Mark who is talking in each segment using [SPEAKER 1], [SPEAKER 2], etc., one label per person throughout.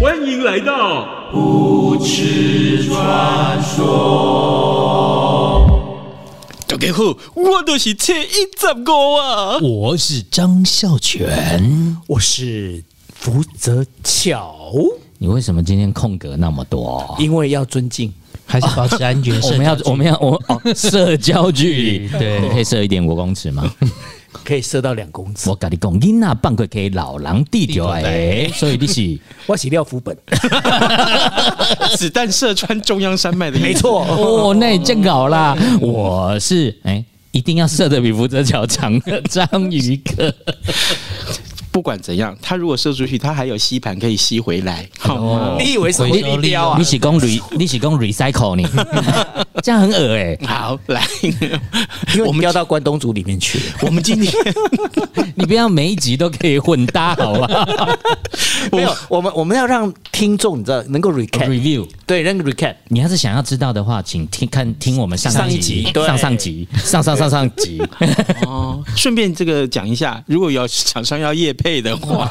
[SPEAKER 1] 欢迎来到
[SPEAKER 2] 大家好，我就是七一十五啊，我是张孝全。
[SPEAKER 3] 我是福泽巧，
[SPEAKER 4] 你为什么今天空格那么多？
[SPEAKER 3] 因为要尊敬。
[SPEAKER 2] 还是保持安 全，
[SPEAKER 4] 我们要我们要我哦，社交距离，
[SPEAKER 2] 对
[SPEAKER 4] 你可以设一点五公尺吗？
[SPEAKER 3] 可以射到两公尺
[SPEAKER 4] 我。跟你讲，囡仔放过给老狼地掉哎，所以你是
[SPEAKER 3] 我洗掉副本，
[SPEAKER 2] 子弹射穿中央山脉的意思，
[SPEAKER 3] 没错。
[SPEAKER 4] 哦，那你真搞啦！我是哎，一定要射的比福泽桥长的章鱼哥。
[SPEAKER 1] 不管怎样，他如果射出去，他还有吸盘可以吸回来，好 吗？
[SPEAKER 3] 你以为什么
[SPEAKER 2] 回收力
[SPEAKER 3] 一雕啊
[SPEAKER 4] 你？是讲 re，你是讲 recycle 你， 这样很恶哎、
[SPEAKER 1] 好，来，
[SPEAKER 3] 因为
[SPEAKER 1] 我
[SPEAKER 3] 我们
[SPEAKER 1] 们
[SPEAKER 3] 掉到关东煮里面去了。
[SPEAKER 1] 我们今天
[SPEAKER 4] 你不要每一集都可以混搭好 吧
[SPEAKER 3] 没有，我们我们要让听众你知道能够 recap，
[SPEAKER 4] ？Review，
[SPEAKER 3] 对，能够 recap。
[SPEAKER 4] 你要是想要知道的话，请听看听我们上
[SPEAKER 3] 上一
[SPEAKER 4] 集、
[SPEAKER 3] 集对
[SPEAKER 4] 上上集、上上上上集。
[SPEAKER 1] 哦，顺便这个讲一下，如果有厂商要业配的话，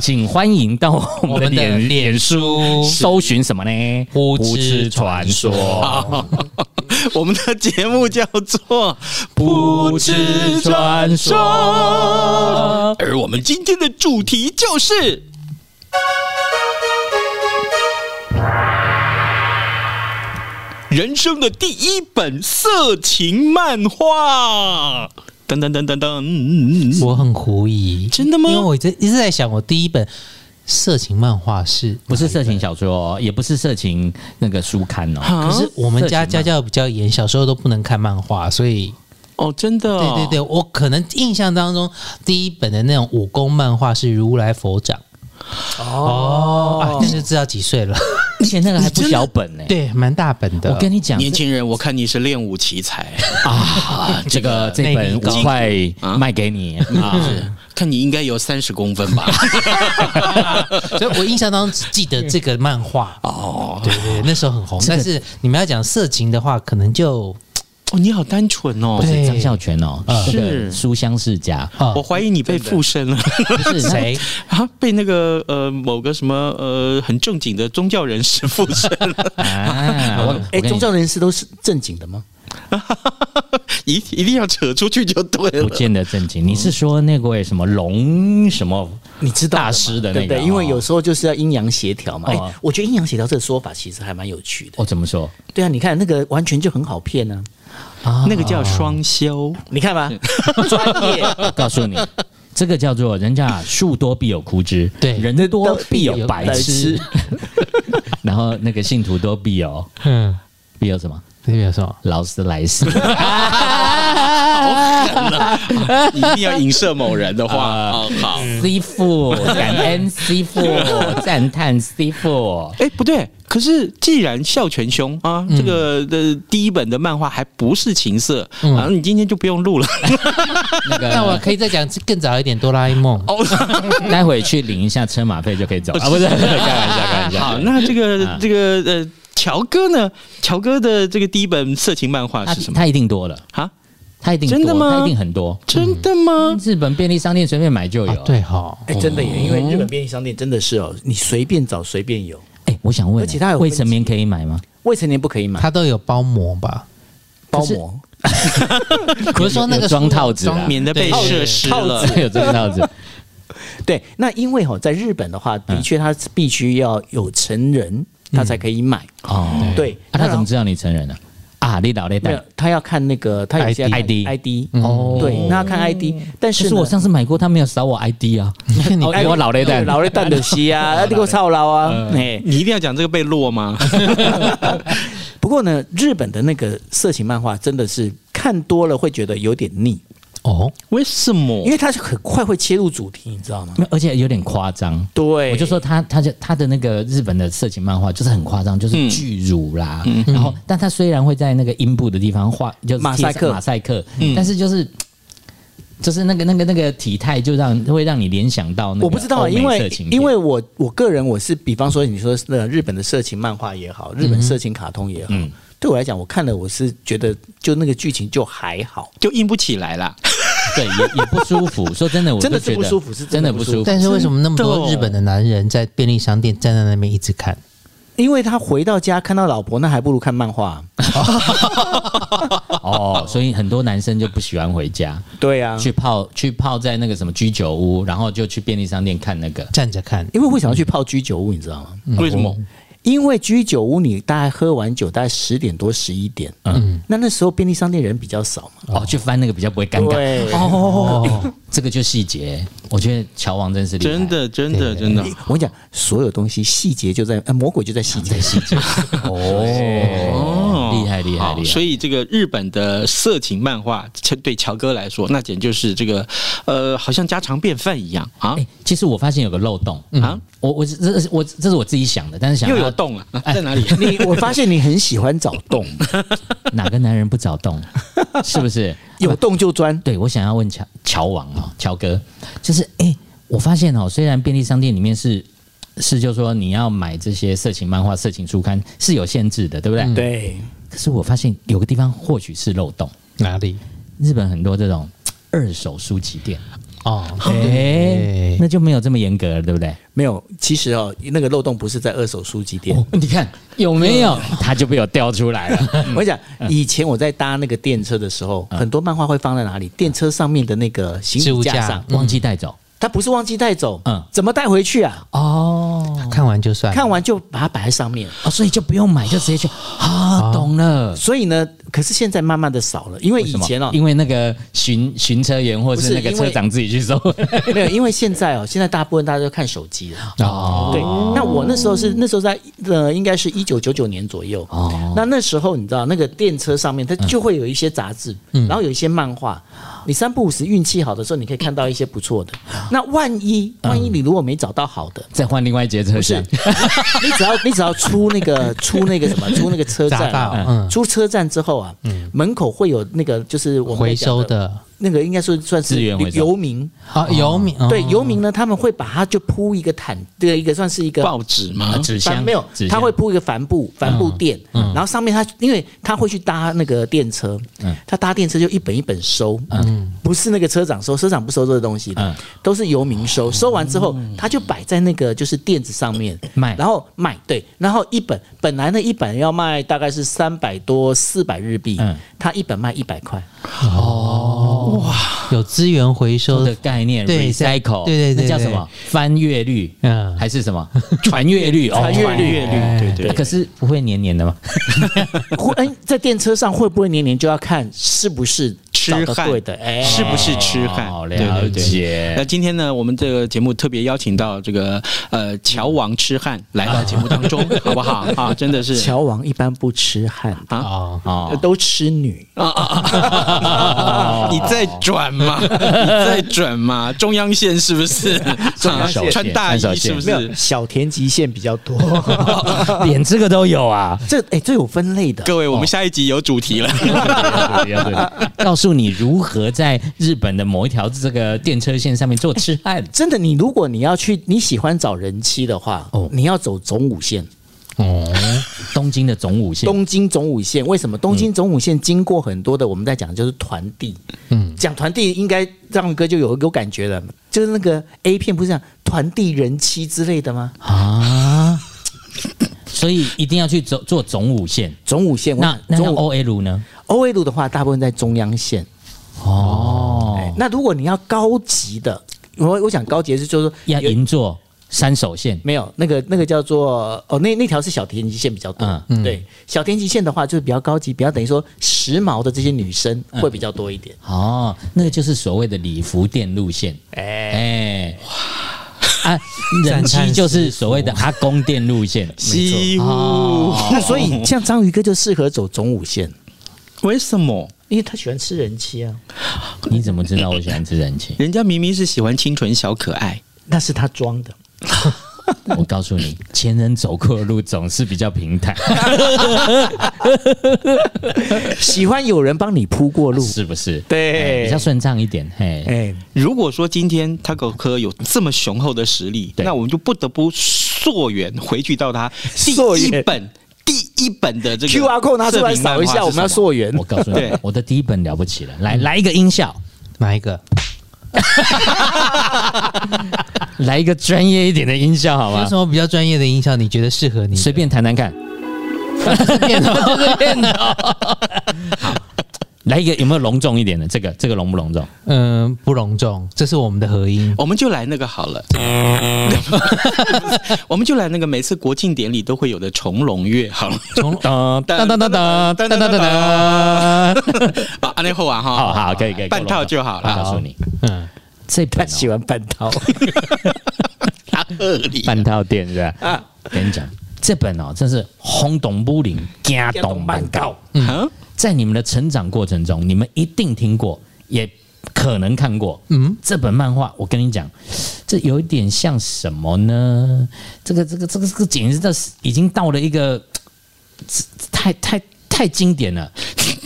[SPEAKER 4] 请欢迎到我
[SPEAKER 2] 我
[SPEAKER 4] 们的
[SPEAKER 2] 们的
[SPEAKER 4] 脸
[SPEAKER 2] 脸书
[SPEAKER 4] 搜寻什么呢？
[SPEAKER 2] 呼之
[SPEAKER 4] 传说，
[SPEAKER 1] 我们的节目叫做，
[SPEAKER 4] 呼之传说。
[SPEAKER 1] 而我们今天的主题就是人生的第一本色情漫画。噔噔噔噔噔，
[SPEAKER 2] 我很狐疑，
[SPEAKER 1] 真的吗
[SPEAKER 2] 因为我一直一直在想，我第一本色情漫画是
[SPEAKER 4] 不是色情小说，哦也不是色情那个书刊哦。
[SPEAKER 1] 啊
[SPEAKER 2] 可是我们家
[SPEAKER 4] 色情
[SPEAKER 2] 家
[SPEAKER 4] 漫
[SPEAKER 2] 教比较严，小时候都不能看漫画，所以
[SPEAKER 1] 哦，真的、
[SPEAKER 2] 对
[SPEAKER 1] 哦，
[SPEAKER 2] 对对，我可能印象当中第一本的那种武功漫画是《如来佛掌》哦，啊那就知道几岁了，
[SPEAKER 4] 而且那个还不小本呢、
[SPEAKER 2] 对，蛮大本的。
[SPEAKER 4] 我跟你讲，
[SPEAKER 1] 年轻人，我看你是练武奇才，
[SPEAKER 4] 啊，这个这本
[SPEAKER 2] 内力高
[SPEAKER 4] 五块卖给你啊，
[SPEAKER 1] 看你应该有三十公分吧？
[SPEAKER 2] 所以我印象当中只记得这个漫画哦，对对，对那时候很红。但是你们要讲色情的话，可能就
[SPEAKER 1] 哦，你好单纯哦
[SPEAKER 4] 不，是
[SPEAKER 2] 对
[SPEAKER 4] 张孝全哦，这个
[SPEAKER 1] 是
[SPEAKER 4] 书香世家，
[SPEAKER 2] 啊
[SPEAKER 1] 我，怀疑你被附身了
[SPEAKER 4] 不是
[SPEAKER 2] 谁？
[SPEAKER 1] 啊，被那个呃某个什么呃很正经的宗教人士附身了，
[SPEAKER 4] 啊？我
[SPEAKER 3] 哎，
[SPEAKER 4] 我跟
[SPEAKER 3] 宗
[SPEAKER 4] 你
[SPEAKER 3] 教人士都是正经的吗？
[SPEAKER 1] 一一定要扯出去就对
[SPEAKER 4] 不
[SPEAKER 1] 了。
[SPEAKER 4] 见得正经，你是说那位什么龙什么
[SPEAKER 3] 你知道的嘛
[SPEAKER 4] 大师的
[SPEAKER 3] 对
[SPEAKER 4] 那
[SPEAKER 3] 不
[SPEAKER 4] 个
[SPEAKER 3] 对？
[SPEAKER 4] 哦？
[SPEAKER 3] 因为有时候就是要阴阳协调嘛。
[SPEAKER 4] 哦
[SPEAKER 3] 哎，我觉得阴阳协调这个说法其实还蛮有趣的。
[SPEAKER 4] 我哦怎么说？
[SPEAKER 3] 对啊，你看那个完全就很好骗啊！
[SPEAKER 1] 那个叫双修，
[SPEAKER 3] 你看吧，
[SPEAKER 4] 嗯
[SPEAKER 3] 专业
[SPEAKER 4] 我告诉你，这个叫做人家树多必有枯枝，
[SPEAKER 2] 对
[SPEAKER 4] 人的多
[SPEAKER 2] 都
[SPEAKER 4] 必
[SPEAKER 2] 必
[SPEAKER 4] 有
[SPEAKER 2] 有
[SPEAKER 4] 白
[SPEAKER 2] 白
[SPEAKER 4] 痴， 然后那个信徒多必有
[SPEAKER 2] 嗯，
[SPEAKER 4] 必有什么？
[SPEAKER 2] 那边有什么？
[SPEAKER 4] 劳斯莱斯
[SPEAKER 1] 你一定要影射某人的话，哦好。
[SPEAKER 4] 师傅，感恩师傅，赞叹师傅。
[SPEAKER 1] 哎，不对，可是既然孝全兄啊，
[SPEAKER 4] 嗯
[SPEAKER 1] 这个的第一本的漫画还不是情色，
[SPEAKER 2] 嗯
[SPEAKER 1] 啊，你今天就不用录了。
[SPEAKER 4] 哎那个，
[SPEAKER 2] 那我可以再讲更早一点，《哆啦 A 梦》
[SPEAKER 4] 待会去领一下车马费就可以走了，啊不是，开玩笑，开玩笑。
[SPEAKER 1] 好，那这个
[SPEAKER 4] 啊
[SPEAKER 1] 这个呃，乔哥呢？乔哥的这个第一本色情漫画
[SPEAKER 4] 他
[SPEAKER 1] 是什么？
[SPEAKER 4] 他一定多了，
[SPEAKER 1] 啊，
[SPEAKER 4] 他一定多
[SPEAKER 1] 真的吗
[SPEAKER 4] 他一定很多。
[SPEAKER 1] 真的吗？
[SPEAKER 4] 日本便利商店随便买就有。
[SPEAKER 2] 啊，对哈，
[SPEAKER 3] 哎，真的
[SPEAKER 4] 哦
[SPEAKER 3] 耶！因为日本便利商店真的是哦，你随便找随便有，
[SPEAKER 4] 哎，我想问，
[SPEAKER 3] 而且它有
[SPEAKER 4] 卫
[SPEAKER 3] 分级
[SPEAKER 4] 生棉可以买吗？
[SPEAKER 3] 未成年不可以买
[SPEAKER 2] 它都有包膜吧？
[SPEAKER 3] 包膜。
[SPEAKER 2] 比如说那
[SPEAKER 4] 有
[SPEAKER 2] 个
[SPEAKER 4] 装套子的啊
[SPEAKER 2] 装
[SPEAKER 1] 免得被
[SPEAKER 2] 对
[SPEAKER 1] 射湿 了。
[SPEAKER 4] 有这嗯个 套子，
[SPEAKER 3] 对，那因为哈，哦在日本的话，的确它必须要有成人，他才可以买。
[SPEAKER 4] 哦，
[SPEAKER 3] 对，
[SPEAKER 4] 啊，他
[SPEAKER 3] 那
[SPEAKER 4] 怎么知道你成人呢？啊，你老那
[SPEAKER 3] 没有
[SPEAKER 4] 代，，
[SPEAKER 3] 他要看那个，他有些
[SPEAKER 4] ID
[SPEAKER 3] ID
[SPEAKER 4] 哦
[SPEAKER 3] 对，那他看 ID，但
[SPEAKER 4] 可
[SPEAKER 3] 嗯是
[SPEAKER 4] 是
[SPEAKER 3] 呢
[SPEAKER 4] 我上次买过，他没有扫我 ID 啊， 你
[SPEAKER 3] 哦
[SPEAKER 4] 给我老那代，
[SPEAKER 3] 老雷蛋的西 啊，啊你给我操劳啊，哎，
[SPEAKER 1] 你一定要讲这个被 落吗？
[SPEAKER 3] 不过呢，日本的那个色情漫画真的是看多了会觉得有点腻，
[SPEAKER 2] 哦，
[SPEAKER 1] 为什么
[SPEAKER 3] 因？为它是很快会切入主题，你知道吗？
[SPEAKER 4] 没有而且有点夸张。
[SPEAKER 3] 对，
[SPEAKER 4] 我就说他，他就他的那个日本的色情漫画就是很夸张，就是
[SPEAKER 3] 嗯
[SPEAKER 4] 巨乳啦。然后，但他虽然会在那个阴部的地方画，就是
[SPEAKER 3] 马赛克嗯
[SPEAKER 4] 贴上马赛克，但是就是就是那个那个那个体态，就让会让你联想到那个
[SPEAKER 3] 我不知道，啊
[SPEAKER 4] 欧美
[SPEAKER 3] 因
[SPEAKER 4] 色
[SPEAKER 3] 为
[SPEAKER 4] 情片
[SPEAKER 3] 因为我我个人我是，比方说你说那日本的色情漫画也好，日本色情卡通也好，对我来讲，我看了我是觉得就那个剧情就还好，
[SPEAKER 1] 就硬不起来啦。
[SPEAKER 4] 对也也不舒服。说真的，我
[SPEAKER 3] 真的
[SPEAKER 4] 就觉
[SPEAKER 3] 是不
[SPEAKER 4] 得
[SPEAKER 3] 舒服是
[SPEAKER 4] 真
[SPEAKER 3] 真
[SPEAKER 4] 的
[SPEAKER 3] 的
[SPEAKER 4] 不
[SPEAKER 3] 不
[SPEAKER 4] 舒
[SPEAKER 3] 舒
[SPEAKER 4] 服
[SPEAKER 3] 服。
[SPEAKER 2] 但是为什么那么
[SPEAKER 1] 真的
[SPEAKER 2] 多
[SPEAKER 1] 哦
[SPEAKER 2] 日本的男人在便利商店站在那边一直看？
[SPEAKER 3] 因为他回到家看到老婆，那还不如看漫画。啊
[SPEAKER 4] 哦，所以很多男生就不喜欢回家，
[SPEAKER 3] 对啊，
[SPEAKER 4] 去泡去泡在那个什么居酒屋，然后就去便利商店看那个。
[SPEAKER 2] 站着看，
[SPEAKER 3] 因为会想要去泡居酒屋，你知道
[SPEAKER 4] 嗯
[SPEAKER 3] 吗？
[SPEAKER 1] 为什
[SPEAKER 4] 哦
[SPEAKER 1] 么？
[SPEAKER 3] 因为居酒屋你大概喝完酒大概十点多十一点，嗯，那那时候便利商店人比较少嘛，
[SPEAKER 4] 哦，去翻那个比较不会尴尬。
[SPEAKER 3] 对
[SPEAKER 4] 哦，这个就细节，我觉得乔王真是厉害
[SPEAKER 1] 真。的，真的，真的。
[SPEAKER 3] 我跟你讲，所有东西细节就在，呃，魔鬼就在细节，细节。
[SPEAKER 4] 哦，厉害厉害
[SPEAKER 1] 好
[SPEAKER 4] 厉害！
[SPEAKER 1] 所
[SPEAKER 4] 以
[SPEAKER 1] 以这个日本的色情漫画，乔对乔哥来说，那简直就是这个呃，好像家常便饭一样啊
[SPEAKER 4] 其实我发现有个漏洞啊
[SPEAKER 1] 啊，
[SPEAKER 4] 我我这这我这是我自己想的，但是想
[SPEAKER 1] 又有
[SPEAKER 4] 要
[SPEAKER 1] 洞了，啊在哪
[SPEAKER 4] 哎
[SPEAKER 1] 里？
[SPEAKER 3] 你我发现你很喜欢找洞，
[SPEAKER 4] 哪个男人不找洞，是不是？
[SPEAKER 3] 有洞就钻。
[SPEAKER 4] 对，我想要问乔乔王哦，乔哥，就是哎、诶我发现哦，虽然便利商店里面是是就说你要买这些色情漫画、色情书刊是有限制的，对不对？。
[SPEAKER 3] 对，
[SPEAKER 4] 可是我发现有个地方或许是漏洞，
[SPEAKER 2] 哪里？
[SPEAKER 4] 日本很多这种二手书籍店，
[SPEAKER 2] 哦，
[SPEAKER 4] 哎、那就没有这么严格了，对不对？
[SPEAKER 3] 没有，其实哦，那个漏洞不是在二手书籍店。
[SPEAKER 4] 你看有没有？他就被我调出 来了。
[SPEAKER 3] 我讲，以前我在搭那个电车的时候，很多漫画会放在哪里？电车上面的那个行
[SPEAKER 2] 置物
[SPEAKER 3] 李
[SPEAKER 2] 架
[SPEAKER 3] 架上，
[SPEAKER 4] 忘记带走
[SPEAKER 3] 他不是忘记带走，
[SPEAKER 4] 嗯
[SPEAKER 3] 嗯，怎么带回去啊？
[SPEAKER 4] 哦
[SPEAKER 2] 看完就算了，
[SPEAKER 3] 看完就把它摆在上面。
[SPEAKER 4] 哦，所以就不用买，就直接去啊，懂了。
[SPEAKER 3] 所以呢，可是现在慢慢的少了，因为以
[SPEAKER 4] 什么
[SPEAKER 3] 前哦，
[SPEAKER 4] 因为那个巡巡车员或是
[SPEAKER 3] 不是
[SPEAKER 4] 那个
[SPEAKER 3] 因为
[SPEAKER 4] 车长自己去收。
[SPEAKER 3] 没有，因为现在哦，现在大部分大家都看手机了。
[SPEAKER 4] 哦，
[SPEAKER 3] 对，那我那时候是那时候在呃，应该是一九九九年左右。
[SPEAKER 4] 哦
[SPEAKER 3] 那那时候你知道，那个电车上面它就会有一些杂志，然后有一些漫画。你三不五时运气好的时候，你可以看到一些不错的。那万一万一你如果没找到好的，
[SPEAKER 4] 再换另外一节车
[SPEAKER 3] 不是
[SPEAKER 4] 厢，
[SPEAKER 3] 你只要你只要出那个出那个什么出那个车
[SPEAKER 2] 砸
[SPEAKER 3] 站
[SPEAKER 2] 到
[SPEAKER 3] 啊，
[SPEAKER 2] 嗯
[SPEAKER 3] 出车站之后啊，门口会有那个就是我们
[SPEAKER 2] 回
[SPEAKER 3] 讲
[SPEAKER 2] 收的
[SPEAKER 3] 那个，应该说算是
[SPEAKER 4] 资源回收
[SPEAKER 3] 游民。
[SPEAKER 2] 啊，游民
[SPEAKER 3] 对，
[SPEAKER 2] 哦
[SPEAKER 3] 游民呢，他们会把它就铺一个毯，这一个算是一个
[SPEAKER 1] 报纸吗？
[SPEAKER 4] 纸
[SPEAKER 3] 帆
[SPEAKER 4] 箱
[SPEAKER 3] 没有
[SPEAKER 4] 纸，箱嗯
[SPEAKER 3] 他会铺一个帆布帆布垫，然后上面他因为他会去搭那个电车，
[SPEAKER 4] 嗯
[SPEAKER 3] 他搭电车就一本一本收，不是那个车长收，车长不收这个东西
[SPEAKER 4] 嗯哦
[SPEAKER 3] 的，都是游民收，收完之后他就摆在那个就是垫子上面
[SPEAKER 4] 卖
[SPEAKER 3] 然后卖对，然后一本本来那一本要卖大概是三百多四百日币
[SPEAKER 4] 嗯，
[SPEAKER 3] 他一本卖一百块，
[SPEAKER 2] 有资源回收
[SPEAKER 4] 的
[SPEAKER 2] 的，
[SPEAKER 4] 概念
[SPEAKER 2] 对在
[SPEAKER 4] ，recycle，
[SPEAKER 2] 对对对
[SPEAKER 4] 那叫什
[SPEAKER 2] 对
[SPEAKER 4] 么翻阅率，
[SPEAKER 2] 嗯
[SPEAKER 4] 还是什么传阅率？
[SPEAKER 1] 啊
[SPEAKER 4] 哦哎
[SPEAKER 3] 传阅率
[SPEAKER 1] 阅率，对
[SPEAKER 4] 那
[SPEAKER 1] 对
[SPEAKER 4] 可
[SPEAKER 1] 对。
[SPEAKER 4] 是不会黏黏的吗？
[SPEAKER 3] 会哎在电车上会不会年年就要看是不是
[SPEAKER 1] 痴
[SPEAKER 3] 找得
[SPEAKER 1] 汉
[SPEAKER 3] 对的哎。
[SPEAKER 1] 是不是痴汉？
[SPEAKER 4] 哦
[SPEAKER 1] 对对
[SPEAKER 4] 了
[SPEAKER 1] 对
[SPEAKER 4] 解
[SPEAKER 1] 那今天呢，我们这个节目特别邀请到这个呃乔王痴汉来到节目当 中，好不好？啊，真的是
[SPEAKER 3] 乔王一般不吃汉的
[SPEAKER 1] 啊
[SPEAKER 2] 哦，
[SPEAKER 4] 哦，
[SPEAKER 3] 都吃女，
[SPEAKER 1] 啊！你 在转吗？ 你在转吗？中央线是 不是？
[SPEAKER 4] 央线
[SPEAKER 1] 啊穿大衣是不
[SPEAKER 3] 没有
[SPEAKER 1] 是？
[SPEAKER 3] 小田急线比较多。
[SPEAKER 4] 连这个都有啊！
[SPEAKER 3] 哦这哎，这有分类的。
[SPEAKER 1] 各位，我们下一集有主题了。
[SPEAKER 3] 哦
[SPEAKER 4] 告诉你如何在日本的某一条这个电车线上面做痴汉。
[SPEAKER 3] 真的，你如果你要去，你喜欢找人妻的话，你要走总武线，
[SPEAKER 4] 哦，东京的总武线，
[SPEAKER 3] 东京总武线。为什么？东京总武线经过很多的，我们在讲就是团地。嗯，讲团地应该让哥就有有感觉了，就是那个 A 片不是讲团地人妻之类的吗？
[SPEAKER 4] 啊，所以一定要去走做总武线。
[SPEAKER 3] 总武线，
[SPEAKER 4] 那那
[SPEAKER 3] 我
[SPEAKER 4] 那
[SPEAKER 3] 总武
[SPEAKER 4] OL 呢？
[SPEAKER 3] O A 路的话，大部分在中央线。
[SPEAKER 4] 哦，
[SPEAKER 3] 那如果你要高级的，我我讲高级是就是说
[SPEAKER 4] 要
[SPEAKER 3] 有
[SPEAKER 4] 银座山手线，
[SPEAKER 3] 没有，那个那个叫做哦，那那条是小田急线比较多。
[SPEAKER 4] 嗯
[SPEAKER 3] 对，小田急线的话就是比较高级，比较等于说时髦的这些女生会比较多一点。
[SPEAKER 4] 哦，那个就是所谓的礼服店路线，
[SPEAKER 3] 哎、
[SPEAKER 4] 哎、哇啊，人妻就是所谓的阿公店路线，
[SPEAKER 1] 西湖
[SPEAKER 4] 哦，
[SPEAKER 3] 那所以像章鱼哥就适合走总武线，
[SPEAKER 1] 为什么？
[SPEAKER 3] 因为他喜欢吃人妻啊，
[SPEAKER 4] 你怎么知道我喜欢吃 人情？
[SPEAKER 1] 人家明明是喜欢清纯小可爱，
[SPEAKER 3] 那是他装的。
[SPEAKER 4] 我告诉你，前人走过的路总是比较平 坦，
[SPEAKER 3] 喜欢有人帮你铺过路，
[SPEAKER 4] 是不是？哎
[SPEAKER 3] 对
[SPEAKER 4] 比较顺畅一点。嘿，
[SPEAKER 3] 哎，
[SPEAKER 1] 如果说今天他狗科有这么雄厚的实力，
[SPEAKER 4] 对
[SPEAKER 1] 那我们就不得不溯源回去到他第
[SPEAKER 3] 溯
[SPEAKER 1] 一
[SPEAKER 3] 源
[SPEAKER 1] 本第一本的这个
[SPEAKER 3] QR code 拿出来
[SPEAKER 1] 色情漫
[SPEAKER 3] 扫
[SPEAKER 1] 画
[SPEAKER 3] 一下，
[SPEAKER 1] 是
[SPEAKER 3] 我们要
[SPEAKER 1] 什么
[SPEAKER 3] 溯源
[SPEAKER 4] 我。告诉你
[SPEAKER 1] 对，
[SPEAKER 4] 我的第一本了不起了，来来一个音效，
[SPEAKER 2] 哪一个？
[SPEAKER 4] 来一个专业一点的音效好
[SPEAKER 2] 有
[SPEAKER 4] 吗
[SPEAKER 2] 什？么比较专业的音效？你觉得适合你？
[SPEAKER 4] 随便谈谈 看，
[SPEAKER 2] 便哦，就 是便哦。
[SPEAKER 4] 来一个有没有隆重一点的？这个这个隆不隆重？
[SPEAKER 2] 嗯，不隆重，这是我们的合音。
[SPEAKER 1] 我们就来那个好了， 我们就来那个每次国庆典礼都会有的重龙乐好了。
[SPEAKER 2] 从
[SPEAKER 4] 噔噔噔噔噔噔噔噔 噔。
[SPEAKER 1] 啊，安内后啊哈，
[SPEAKER 4] 好哦好，可以可以，
[SPEAKER 1] 半套就好
[SPEAKER 4] 我告
[SPEAKER 1] 了。
[SPEAKER 4] 诉你，
[SPEAKER 2] 嗯，
[SPEAKER 4] 这
[SPEAKER 3] 他
[SPEAKER 4] 本哦
[SPEAKER 3] 喜欢半套，
[SPEAKER 1] 他啊恶劣，
[SPEAKER 4] 半套店是
[SPEAKER 3] 嗯
[SPEAKER 4] 吧？跟你讲，这本哦，真是轰动不灵，惊动漫告。
[SPEAKER 1] 嗯，
[SPEAKER 4] 在你们的成长过程中，你们一定听过，也可能看过。嗯，这本漫画，我跟你讲，这有一点像什么呢？这个这个这个这个，简直这是已经到了一个嘖太太太经典了，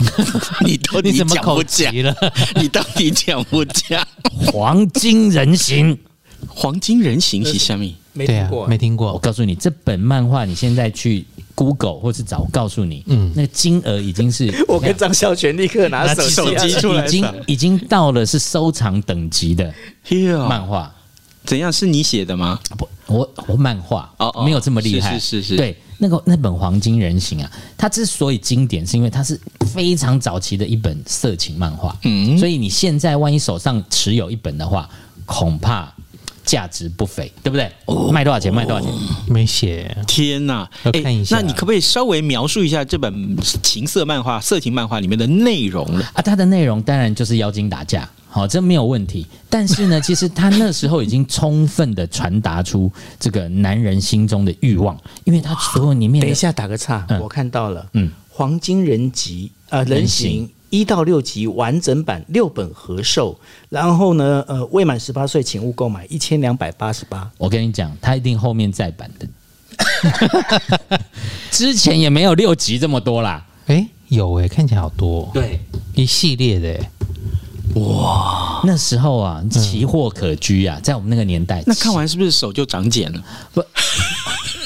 [SPEAKER 1] 你到底
[SPEAKER 2] 你怎么
[SPEAKER 1] 讲
[SPEAKER 2] 口
[SPEAKER 1] 不讲？
[SPEAKER 2] 急了？
[SPEAKER 1] 你到底讲不讲？
[SPEAKER 4] 黄金人形。
[SPEAKER 1] 黄金人形是虾米？
[SPEAKER 3] 没
[SPEAKER 2] 对
[SPEAKER 3] 听
[SPEAKER 2] 啊
[SPEAKER 3] 过，，
[SPEAKER 2] 没听
[SPEAKER 4] 我
[SPEAKER 2] 过。
[SPEAKER 4] 告诉你，这本漫画你现在去 Google 或是找，我告诉你，嗯，那个金额已经是
[SPEAKER 3] 我跟张孝全立刻拿手
[SPEAKER 1] 手机
[SPEAKER 3] 机啊
[SPEAKER 1] 出来
[SPEAKER 4] 已经
[SPEAKER 1] 上
[SPEAKER 4] 已经到了是收藏等级的
[SPEAKER 1] 哟，
[SPEAKER 4] 漫画。
[SPEAKER 1] 怎样？是你写的吗？
[SPEAKER 4] 不，我我漫画
[SPEAKER 1] 哦哦
[SPEAKER 4] 没有这么厉害，
[SPEAKER 1] 是是是是
[SPEAKER 4] 对，那个那本《黄金人形》啊，它之所以经典，是因为它是非常早期的一本色情漫画，
[SPEAKER 1] 嗯
[SPEAKER 4] 所以你现在万一手上持有一本的话，恐怕价值不菲，对不对？卖多少钱？卖多少
[SPEAKER 1] 哦
[SPEAKER 4] 钱？
[SPEAKER 2] 没写。
[SPEAKER 1] 天呐！
[SPEAKER 2] 要
[SPEAKER 1] 哎
[SPEAKER 2] 看一下
[SPEAKER 1] 那你可不可以稍微描述一下这本情色漫画、色情漫画里面的内容了？
[SPEAKER 4] 啊，它的内容当然就是妖精打架，好、这没有问题。但是 呢，其实他那时候已经充分的传达出这个男人心中的欲望，因为他所有里面
[SPEAKER 3] 等一
[SPEAKER 4] 的
[SPEAKER 3] 下打个岔，我看到了，
[SPEAKER 4] 嗯
[SPEAKER 3] 嗯，黄金人集呃人形一到六集完整版六本合售，然后呢，呃，未满十八岁请勿购买，一千两百八十八。
[SPEAKER 4] 我跟你讲，他一定后面再版的。 之前也没有六集这么多啦。
[SPEAKER 2] 哎，有哎，看起来好多哦。
[SPEAKER 4] 对，
[SPEAKER 2] 一系列的哎。
[SPEAKER 4] 那时候啊，奇货可居啊，在我们那个年代，
[SPEAKER 1] 那看完是不是手就长茧了？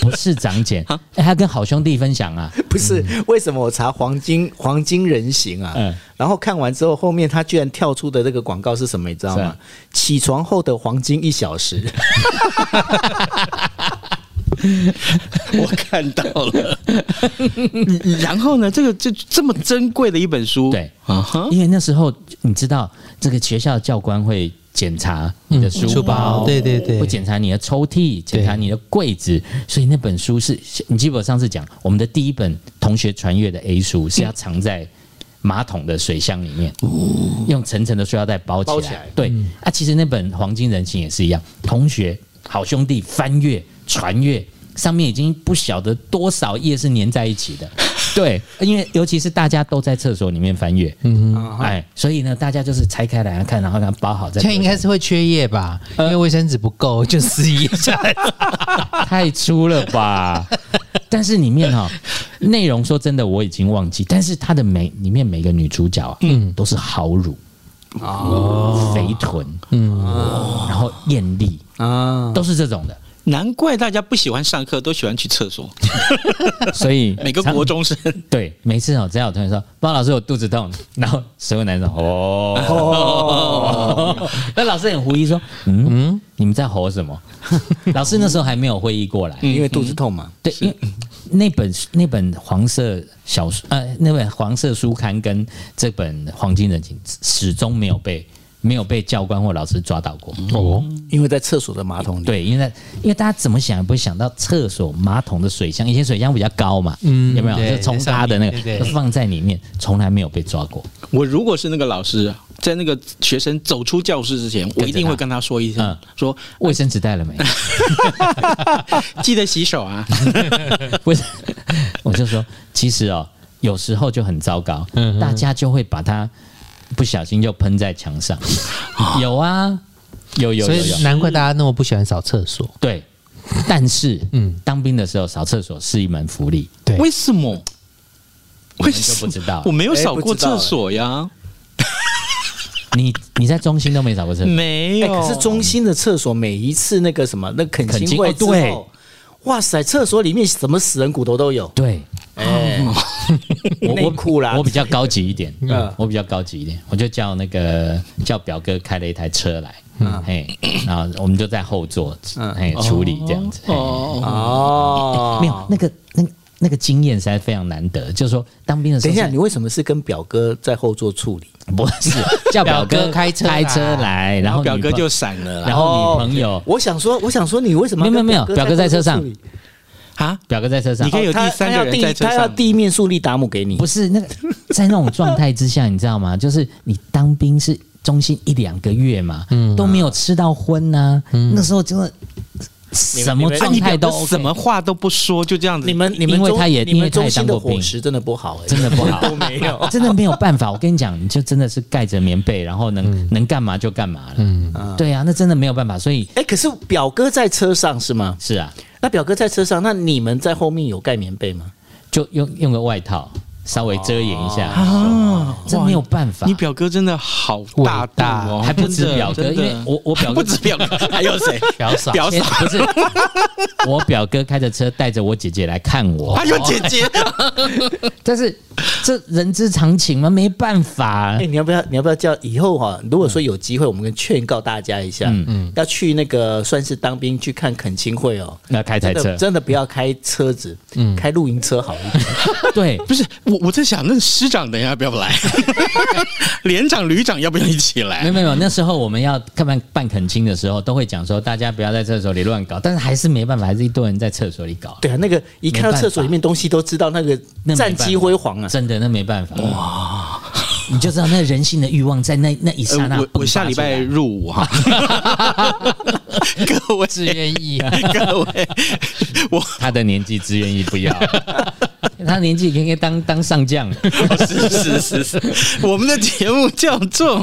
[SPEAKER 4] 不是长茧，哎，他跟好兄弟分享啊，
[SPEAKER 3] 不是、为什么我查黄金黄金人形啊？
[SPEAKER 4] 嗯
[SPEAKER 3] 然后看完之后，后面他居然跳出的这个广告是什么？你知道
[SPEAKER 4] 是
[SPEAKER 3] 吗
[SPEAKER 4] 啊？
[SPEAKER 3] 起床后的黄金一小时，
[SPEAKER 1] 我看到了。然后呢？这个这这么珍贵的一本书，
[SPEAKER 4] 对
[SPEAKER 1] 啊哈，
[SPEAKER 4] 因为那时候你知道，这个学校的教官会检查你的书
[SPEAKER 2] 书包对对对
[SPEAKER 4] 会检查你的抽屉，检查你的柜子，所以那本书是你记不？我上次讲，我们的第一本同学传阅的 A 书是要藏在马桶的水箱里面，用层层的塑料袋包起来。
[SPEAKER 3] 包起来
[SPEAKER 4] 对、
[SPEAKER 2] 嗯
[SPEAKER 4] 啊，其实那本《黄金人情》也是一样，同学、好兄弟翻阅、传阅，上面已经不晓得多少页是粘在一 起的。对，因为尤其是大家都在厕所里面翻阅，嗯
[SPEAKER 3] 啊
[SPEAKER 4] 哎，所以呢，大家就是拆开来看，然后给它包好再
[SPEAKER 2] 现在应该是会缺页吧？
[SPEAKER 4] 呃
[SPEAKER 2] 因为卫生纸不够，就撕一页下来。
[SPEAKER 4] 太粗了吧？但是里面哈、内容说真的我已经忘记，但是它的每里面每个女主角啊，嗯，都是好乳哦，肥臀，嗯，然后艳丽啊，都是这种的，
[SPEAKER 1] 难怪大家不喜欢上课，都喜欢去厕所。
[SPEAKER 4] 所以
[SPEAKER 1] 每个国中生，
[SPEAKER 4] 对每次哦，只要有同学说包老师我肚子痛， 然后所有男生哦， 那老师很狐疑说，嗯，你们在吼什么？ 老师那时候还没有会议过来，
[SPEAKER 3] 因为肚子痛嘛。
[SPEAKER 4] 对，因为那本那本黄色小说，呃，那本黄色书刊跟这本《黄金人情》始终没有被没有被教官或老师抓到过。
[SPEAKER 2] 哦，
[SPEAKER 3] 因为在厕所的马桶里，
[SPEAKER 4] 对，因为在因为大家怎么想也不会想到厕所马桶的水箱，以前水箱比较高嘛，
[SPEAKER 2] 嗯
[SPEAKER 4] 有没有？
[SPEAKER 2] 对
[SPEAKER 4] 就冲搭的那
[SPEAKER 2] 在上面对
[SPEAKER 4] 个
[SPEAKER 2] 对
[SPEAKER 4] 放在里面，从来没有被抓过。
[SPEAKER 1] 我如果是那个老师，啊在那个学生走出教室之前，我一定会跟他说一声
[SPEAKER 4] 嗯，
[SPEAKER 1] 说
[SPEAKER 4] 卫生纸带了没？
[SPEAKER 1] 记得洗 手啊。
[SPEAKER 4] 为什 我就说，其实哦，有时候就很糟糕，
[SPEAKER 2] 嗯哼
[SPEAKER 4] 大家就会把它不小心就喷在墙上。有啊，有 有
[SPEAKER 2] 哦所
[SPEAKER 4] 有
[SPEAKER 2] 以
[SPEAKER 4] 有，
[SPEAKER 2] 难怪大家那么不喜欢扫厕所。
[SPEAKER 4] 对。但是，嗯
[SPEAKER 2] 嗯，
[SPEAKER 4] 当兵的时候扫厕所是一门福利，
[SPEAKER 2] 对
[SPEAKER 1] 为什么？
[SPEAKER 4] 我
[SPEAKER 1] 为
[SPEAKER 4] 们就
[SPEAKER 1] 什
[SPEAKER 4] 不
[SPEAKER 1] 么？
[SPEAKER 4] 知道
[SPEAKER 1] 我。没有
[SPEAKER 3] 哎
[SPEAKER 1] 扫
[SPEAKER 3] 不
[SPEAKER 1] 过
[SPEAKER 3] 知道哎
[SPEAKER 1] 厕所呀，
[SPEAKER 4] 你你在中心都没扫过厕所，
[SPEAKER 1] 没
[SPEAKER 3] 哎，
[SPEAKER 1] 有。
[SPEAKER 3] 可是中心的厕所每一次那个什么，那恳
[SPEAKER 4] 恳
[SPEAKER 3] 亲
[SPEAKER 4] 亲
[SPEAKER 3] 会
[SPEAKER 4] 哦
[SPEAKER 3] 之后，
[SPEAKER 4] 对
[SPEAKER 3] 哇塞，厕所里面什么死人骨头都有，
[SPEAKER 4] 对，
[SPEAKER 3] 哎，内裤啦，
[SPEAKER 4] 哦我比较高级一点，
[SPEAKER 3] 嗯
[SPEAKER 4] 我比较高级一点，我就叫那个叫表哥开了一台车来，
[SPEAKER 2] 嗯
[SPEAKER 4] 嘿，然后我们就在后座，
[SPEAKER 3] 嗯
[SPEAKER 4] 嘿，处理这样子。嘿
[SPEAKER 1] 哦，
[SPEAKER 3] 哦，
[SPEAKER 4] 没有那个那那个经验实在非常难得，就是说当兵的时
[SPEAKER 3] 等
[SPEAKER 4] 候
[SPEAKER 3] 一
[SPEAKER 4] 是，
[SPEAKER 3] 下，你为什么是跟表哥在后座处理？
[SPEAKER 4] 不是叫表
[SPEAKER 2] 表
[SPEAKER 4] 哥
[SPEAKER 2] 哥开车
[SPEAKER 4] 开
[SPEAKER 2] 来
[SPEAKER 4] 车来，然后
[SPEAKER 1] 表
[SPEAKER 4] 女
[SPEAKER 1] 哥
[SPEAKER 4] 朋
[SPEAKER 1] 就闪了啦
[SPEAKER 4] 然后女朋友
[SPEAKER 3] 哦我想说，我想说，你为什么要
[SPEAKER 4] 没有
[SPEAKER 3] 跟
[SPEAKER 4] 没有没有
[SPEAKER 3] 在
[SPEAKER 4] 表哥在车
[SPEAKER 3] 后座
[SPEAKER 4] 上
[SPEAKER 3] 处理
[SPEAKER 1] 啊，
[SPEAKER 4] 表哥在车上
[SPEAKER 1] 你，可以有
[SPEAKER 3] 哦他
[SPEAKER 1] 第三个
[SPEAKER 3] 他要
[SPEAKER 1] 人
[SPEAKER 3] 地
[SPEAKER 1] 在车
[SPEAKER 3] 他要
[SPEAKER 1] 上
[SPEAKER 3] 地面树立达姆给你，
[SPEAKER 4] 不是那个在那种状态之下，你知道吗？就是你当兵是中心一两个月嘛，都没有吃到荤呐，那时候真的什么
[SPEAKER 3] 你们
[SPEAKER 4] 状态都
[SPEAKER 1] 表哥
[SPEAKER 4] OK
[SPEAKER 1] 什么话都不说，就这样子。
[SPEAKER 3] 你们你们
[SPEAKER 4] 因为
[SPEAKER 3] 中
[SPEAKER 4] 他也
[SPEAKER 3] 你
[SPEAKER 4] 因为
[SPEAKER 3] 们
[SPEAKER 4] 他
[SPEAKER 3] 中
[SPEAKER 4] 也
[SPEAKER 3] 心的
[SPEAKER 4] 当过兵
[SPEAKER 3] 伙食真的不好，哎
[SPEAKER 4] 真的不好，。
[SPEAKER 3] 都没有
[SPEAKER 4] 真的没有办法。我跟你讲，你就真的是盖着棉被，然后能、能干嘛就干嘛了。嗯，对啊，那真的没有办法。所以
[SPEAKER 3] 哎，可是表哥在车上是吗？
[SPEAKER 4] 是啊，
[SPEAKER 3] 那表哥在车上，那你们在后面有盖棉被吗？
[SPEAKER 4] 就用用个外套稍微遮掩一下，
[SPEAKER 1] 啊，
[SPEAKER 4] 这
[SPEAKER 1] 哇
[SPEAKER 4] 没有办法。
[SPEAKER 1] 你表哥真的好大度哦，
[SPEAKER 4] 还不止表哥，因
[SPEAKER 1] 真的
[SPEAKER 4] 为我我表哥
[SPEAKER 1] 不止表 哥，还有谁？
[SPEAKER 2] 表嫂
[SPEAKER 1] 表嫂
[SPEAKER 4] 先，不是我表哥开着车带着我姐姐来看我
[SPEAKER 1] 还，有姐 姐。
[SPEAKER 4] 但是这人之常情嘛，没办法
[SPEAKER 3] 哎，。你要不要你要不要叫以后哈、如果说有机会，我们劝告大家一下，嗯嗯，要去那个算是当兵去看恳亲会哦。
[SPEAKER 4] 那开台
[SPEAKER 3] 真
[SPEAKER 4] 车
[SPEAKER 3] 的，真的不要开车子，嗯，开露营车好一点。
[SPEAKER 4] 对，
[SPEAKER 1] 不是我，我在想，那师长等一下要不要来？ 连长、旅长要不要一起
[SPEAKER 4] 没有
[SPEAKER 1] 来？
[SPEAKER 4] 没有没有，那时候我们要看办办恳亲的时候，都会讲说大家不要在厕所里乱搞，但是还是没办法，还是一堆人在厕所里搞，
[SPEAKER 3] 对啊，那个一看到厕所里面东西都知道那个
[SPEAKER 4] 那没办
[SPEAKER 3] 战
[SPEAKER 4] 法
[SPEAKER 3] 机辉煌啊，
[SPEAKER 4] 真的那没办法。哇，你就知道那人性的欲望在那那一刹那
[SPEAKER 1] 呃
[SPEAKER 4] 迸发出来、
[SPEAKER 1] 我我下礼拜入伍 哈， 各位
[SPEAKER 2] 自愿意啊，
[SPEAKER 1] 各位， 我
[SPEAKER 4] 他的年纪自愿意不 要，他年纪应该当当上将。
[SPEAKER 1] 是是是是，我们的节目叫做